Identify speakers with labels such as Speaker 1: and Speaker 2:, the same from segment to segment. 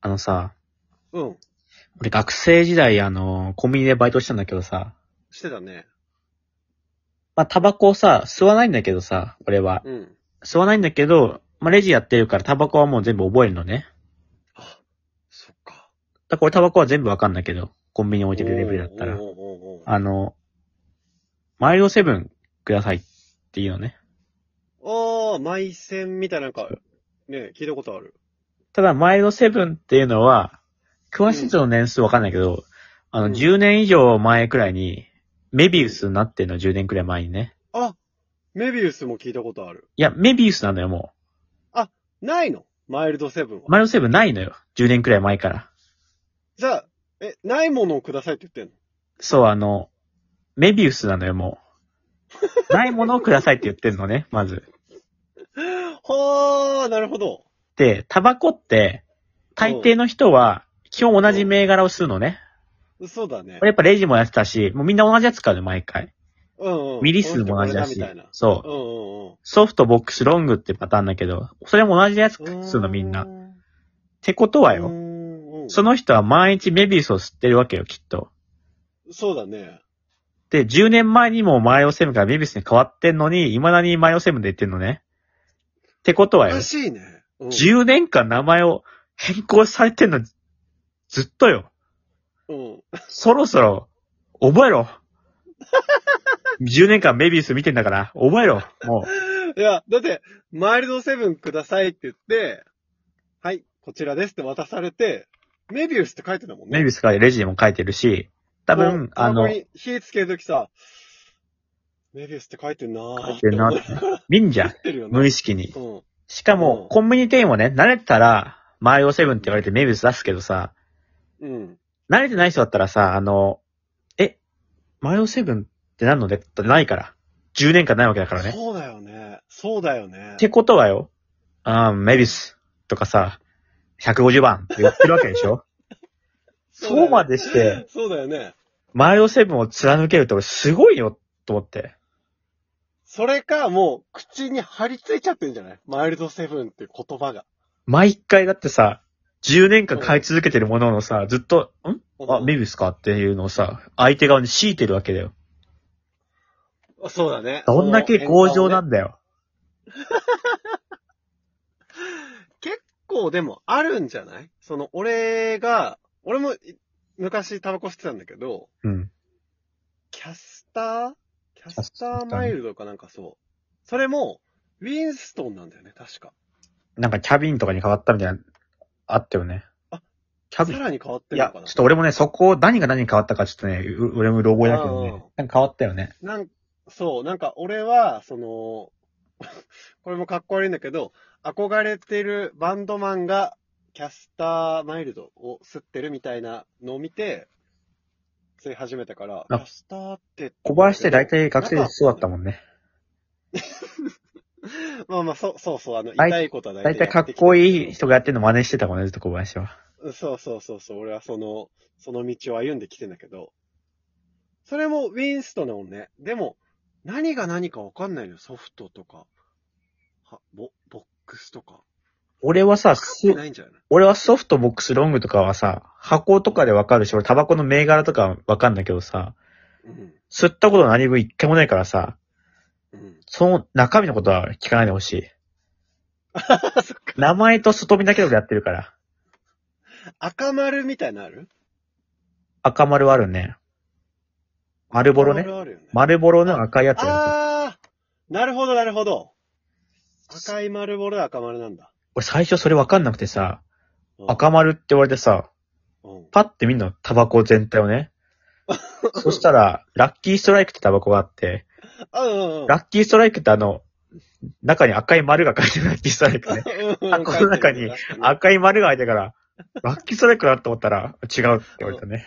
Speaker 1: あのさ、
Speaker 2: うん。
Speaker 1: 俺学生時代、あの、コンビニでバイトしたんだけどさ、
Speaker 2: してたね。
Speaker 1: まあ、タバコをさ、吸わないんだけどさ、俺は。
Speaker 2: うん。
Speaker 1: 吸わないんだけど、まあ、レジやってるからタバコはもう全部覚えるのね。
Speaker 2: あ、そっか。
Speaker 1: だから俺タバコは全部わかんないけど、コンビニに置いてるレベルだったら
Speaker 2: おー。おーおーおー
Speaker 1: あの、マイルドセブンくださいっていうのね。
Speaker 2: あー、埋線みたいななんか、ね、聞いたことある。
Speaker 1: ただ、マイルドセブンっていうのは、詳しい人の年数わかんないけど、あの、
Speaker 2: うん
Speaker 1: 10年以上前くらいに、メビウスになってんの、10年くらい前にね。
Speaker 2: あ、メビウスも聞いたことある。
Speaker 1: いや、メビウスなのよ、も
Speaker 2: ないのマイルドセブン
Speaker 1: う。
Speaker 2: は。
Speaker 1: マイルドセブンないのよ。10年くらい前から。
Speaker 2: じゃあ、え、ないものをくださいって言ってんの
Speaker 1: そう、あの、メビウスなのよ、も う。ないものをくださいって言ってんのね、まず。
Speaker 2: はー、なるほど。
Speaker 1: で、タバコって、大抵の人は、基本同じ銘柄を吸うのね。
Speaker 2: そうだね
Speaker 1: 俺。やっぱレジもやってたし、もうみんな同じやつ買うの、毎回。
Speaker 2: うんうん。
Speaker 1: ミリ数も同じだ
Speaker 2: こ
Speaker 1: し
Speaker 2: の人これみたいな。。
Speaker 1: そう。
Speaker 2: うんうんうん。
Speaker 1: ソフト、ボックス、ロングってパターンだけど、それも同じやつ吸うの、みんな。ってことは
Speaker 2: うー
Speaker 1: よ、
Speaker 2: んうん
Speaker 1: その人は毎日メビウスを吸ってるわけよ、きっと。
Speaker 2: そうだね。
Speaker 1: で、10年前にもマイオセブンからメビウスに変わってんのに、未だにマイオセブンで言ってんのね。ってこと
Speaker 2: お
Speaker 1: はよ
Speaker 2: か、しいね。うん
Speaker 1: 10年間名前を変更されてんの、ずっとよ。
Speaker 2: うん。
Speaker 1: そろそろ、覚えろ。10年間メビウス見てんだから、覚えろ。もう、
Speaker 2: いや、だって、マイルドセブンくださいって言って、はい、こちらですって渡されて、メビウスって書いてたもんね。
Speaker 1: メビウスからレジでも書いてるし、多
Speaker 2: もう
Speaker 1: 分、あ
Speaker 2: タバ
Speaker 1: の
Speaker 2: コ、に火つけるときさ、メビウスって書いてんなー
Speaker 1: 書いてるな
Speaker 2: って思っ
Speaker 1: 見んじゃん。
Speaker 2: てるよね。
Speaker 1: 無意識に
Speaker 2: う。ん。
Speaker 1: しかも
Speaker 2: うん、
Speaker 1: コンビニ店員もね、慣れてたら、マイオセブンって言われてメビウス出すけどさ、
Speaker 2: うん。
Speaker 1: 慣れてない人だったらさ、あの、え、マイオセブンって何のでってないから。10年間ないわけだからね。
Speaker 2: そうだよね。そうだよね
Speaker 1: っ。てことはよ、あーメビウスとかさ、150番って言ってるわけでし ょそうまでして、
Speaker 2: そうだよね。
Speaker 1: マイオセブンを貫けるって俺すごいよ、と思って。
Speaker 2: それか、もう、口に張り付いちゃってんじゃないマイルドセブンって言葉が。
Speaker 1: 毎回だってさ、10年間買い続けてるもののさ、ずっと、んあ、メビウスかっていうのをさ、相手側に強いてるわけだよ。
Speaker 2: そうだね。
Speaker 1: どんだけ強情なんだよ。
Speaker 2: 結構でもあるんじゃないその、俺が、俺もい昔タバコ吸ってたんだけど、
Speaker 1: うん。
Speaker 2: キャスターキャスタ
Speaker 1: キャスター
Speaker 2: ー
Speaker 1: ね
Speaker 2: マイルドかなんかそう。それも、ウィンストンなんだよね、確か。
Speaker 1: なんかキャビンとかに変わったみたいな、あったよね。
Speaker 2: あ、
Speaker 1: キャ
Speaker 2: さ
Speaker 1: ビン
Speaker 2: らに変わって
Speaker 1: い
Speaker 2: るの
Speaker 1: や
Speaker 2: か、な
Speaker 1: ちょっと俺もね、そこ、何が何に変わったかちょっとね、う俺もうろ覚えだけど
Speaker 2: うんうん
Speaker 1: ね。なんか変わったよね。
Speaker 2: なんそう、なんか俺は、その、 これもかっこ悪いんだけど、憧れてるバンドマンがキャスターマイルドを吸ってるみたいなのを見て、吸い始めたから、キ
Speaker 1: あ
Speaker 2: ャスターって。
Speaker 1: 小林って大体学生でそうだったもんね。
Speaker 2: まあまあ、そう、そうそう、あの、
Speaker 1: 大
Speaker 2: 痛いことは
Speaker 1: 大体
Speaker 2: や
Speaker 1: かって
Speaker 2: きた
Speaker 1: こいい人がやってるの真似してたもんね、ずっと小林は。
Speaker 2: そうそうそうそう、俺はその、その道を歩んできてんだけど、それもウィンストンだもんね。でも、何が何かわかんないのよ、ソフトとか、は、ボ、ボックスとか。
Speaker 1: 俺はさ、
Speaker 2: い
Speaker 1: す
Speaker 2: ないんじゃない
Speaker 1: 俺はソフトボックスロングとかはさ、箱とかでわかるし、俺タバコの銘柄とかわかんだけどさ、
Speaker 2: うん。
Speaker 1: 吸ったこと何分一回もないからさ、
Speaker 2: うん。
Speaker 1: その中身のことは聞かないでほしい。
Speaker 2: そっか。
Speaker 1: 名前と外見だけでやってるから。
Speaker 2: 赤丸みたいなのある
Speaker 1: 赤丸はあるね。丸ボロ
Speaker 2: 赤
Speaker 1: ね。
Speaker 2: 丸あるよね。
Speaker 1: 丸ボロの赤いやつ。
Speaker 2: あーなるほど、なるほど。赤い丸ボロで赤丸なんだ。
Speaker 1: 俺最初それわかんなくてさ、
Speaker 2: うん、
Speaker 1: 赤丸って言われてさ、
Speaker 2: うん。
Speaker 1: パッて見んの、タバコ全体を ね。そしたら、ラッキーストライクってタバコがあって、
Speaker 2: あ、うんうんうん。
Speaker 1: ラッキーストライクってあの、中に赤い丸が書いてるラッキーストライクね。
Speaker 2: うんうん
Speaker 1: 箱の中に、赤い丸が開いてから、ラッキーストライクだと思ったら、違うって言われたね。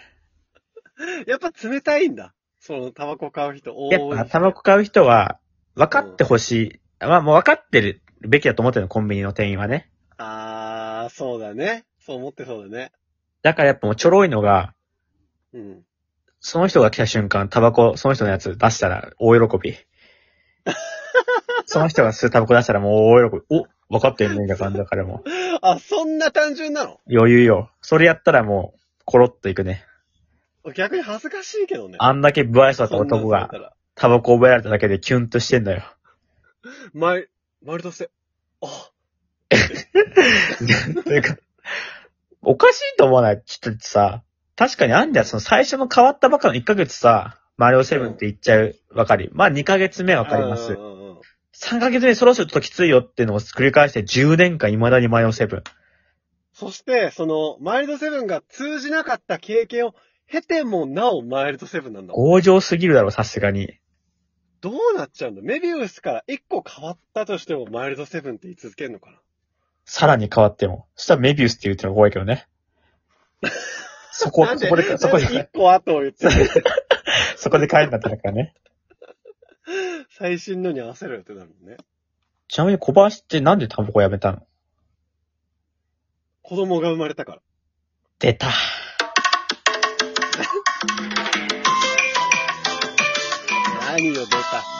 Speaker 2: やっぱ冷たいんだ。その、タバコ買う人多い。
Speaker 1: やっぱ、タバコ買う人は、分かってほしい。まあ、もう分かってるべきだと思ってるの、コンビニの店員はね。
Speaker 2: あー、そうだね。そう思ってそうだね。
Speaker 1: だからやっぱもうちょろいのが、
Speaker 2: うん。
Speaker 1: その人が来た瞬間、タバコ、その人のやつ出したら、大喜び。その人が吸うタバコ出したらもう大喜び。お、分かってんねんな感じだからもう。
Speaker 2: あ、そんな単純なの
Speaker 1: 余裕よ。それやったらもう、コロッといくね。
Speaker 2: 逆に恥ずかしいけどね。
Speaker 1: あんだけ不愛想だった
Speaker 2: そんなん
Speaker 1: 男
Speaker 2: され
Speaker 1: が
Speaker 2: た、ら。
Speaker 1: タバコを覚えられただけでキュンとしてんだよ。
Speaker 2: ま、丸として、あ、
Speaker 1: というか、おかしいと思わないちょっとさ、確かにあんだよ。その最初の変わったばっかの1ヶ月さ、マリオセブンって言っちゃう、わかり。まあ2ヶ月目はわかりま
Speaker 2: う
Speaker 1: す
Speaker 2: ん。うんうん
Speaker 1: 3ヶ月目そろそろちょっときついよっていうのを繰り返して10年間未だにマリオセブン。
Speaker 2: そして、その、マイルドセブンが通じなかった経験を経てもなおマイルドセブンなんだもん。
Speaker 1: 強情すぎるだろ、さすがに。
Speaker 2: どうなっちゃうんだメビウスから一個変わったとしてもマイルドセブンって言い続けるのかな
Speaker 1: さらに変わっても。そしたらメビウスって言うってのが怖いけど ね。そこ、
Speaker 2: なん
Speaker 1: そ
Speaker 2: で
Speaker 1: こで、そこ
Speaker 2: なんで
Speaker 1: で、
Speaker 2: 一個後を言ってる
Speaker 1: そこで帰るんだったからね。
Speaker 2: 最新のに合わせろよってなるもんね。
Speaker 1: ちなみに小林ってなんでタバコやめたの
Speaker 2: 子供が生まれたから。
Speaker 1: 出た。
Speaker 2: 何を出た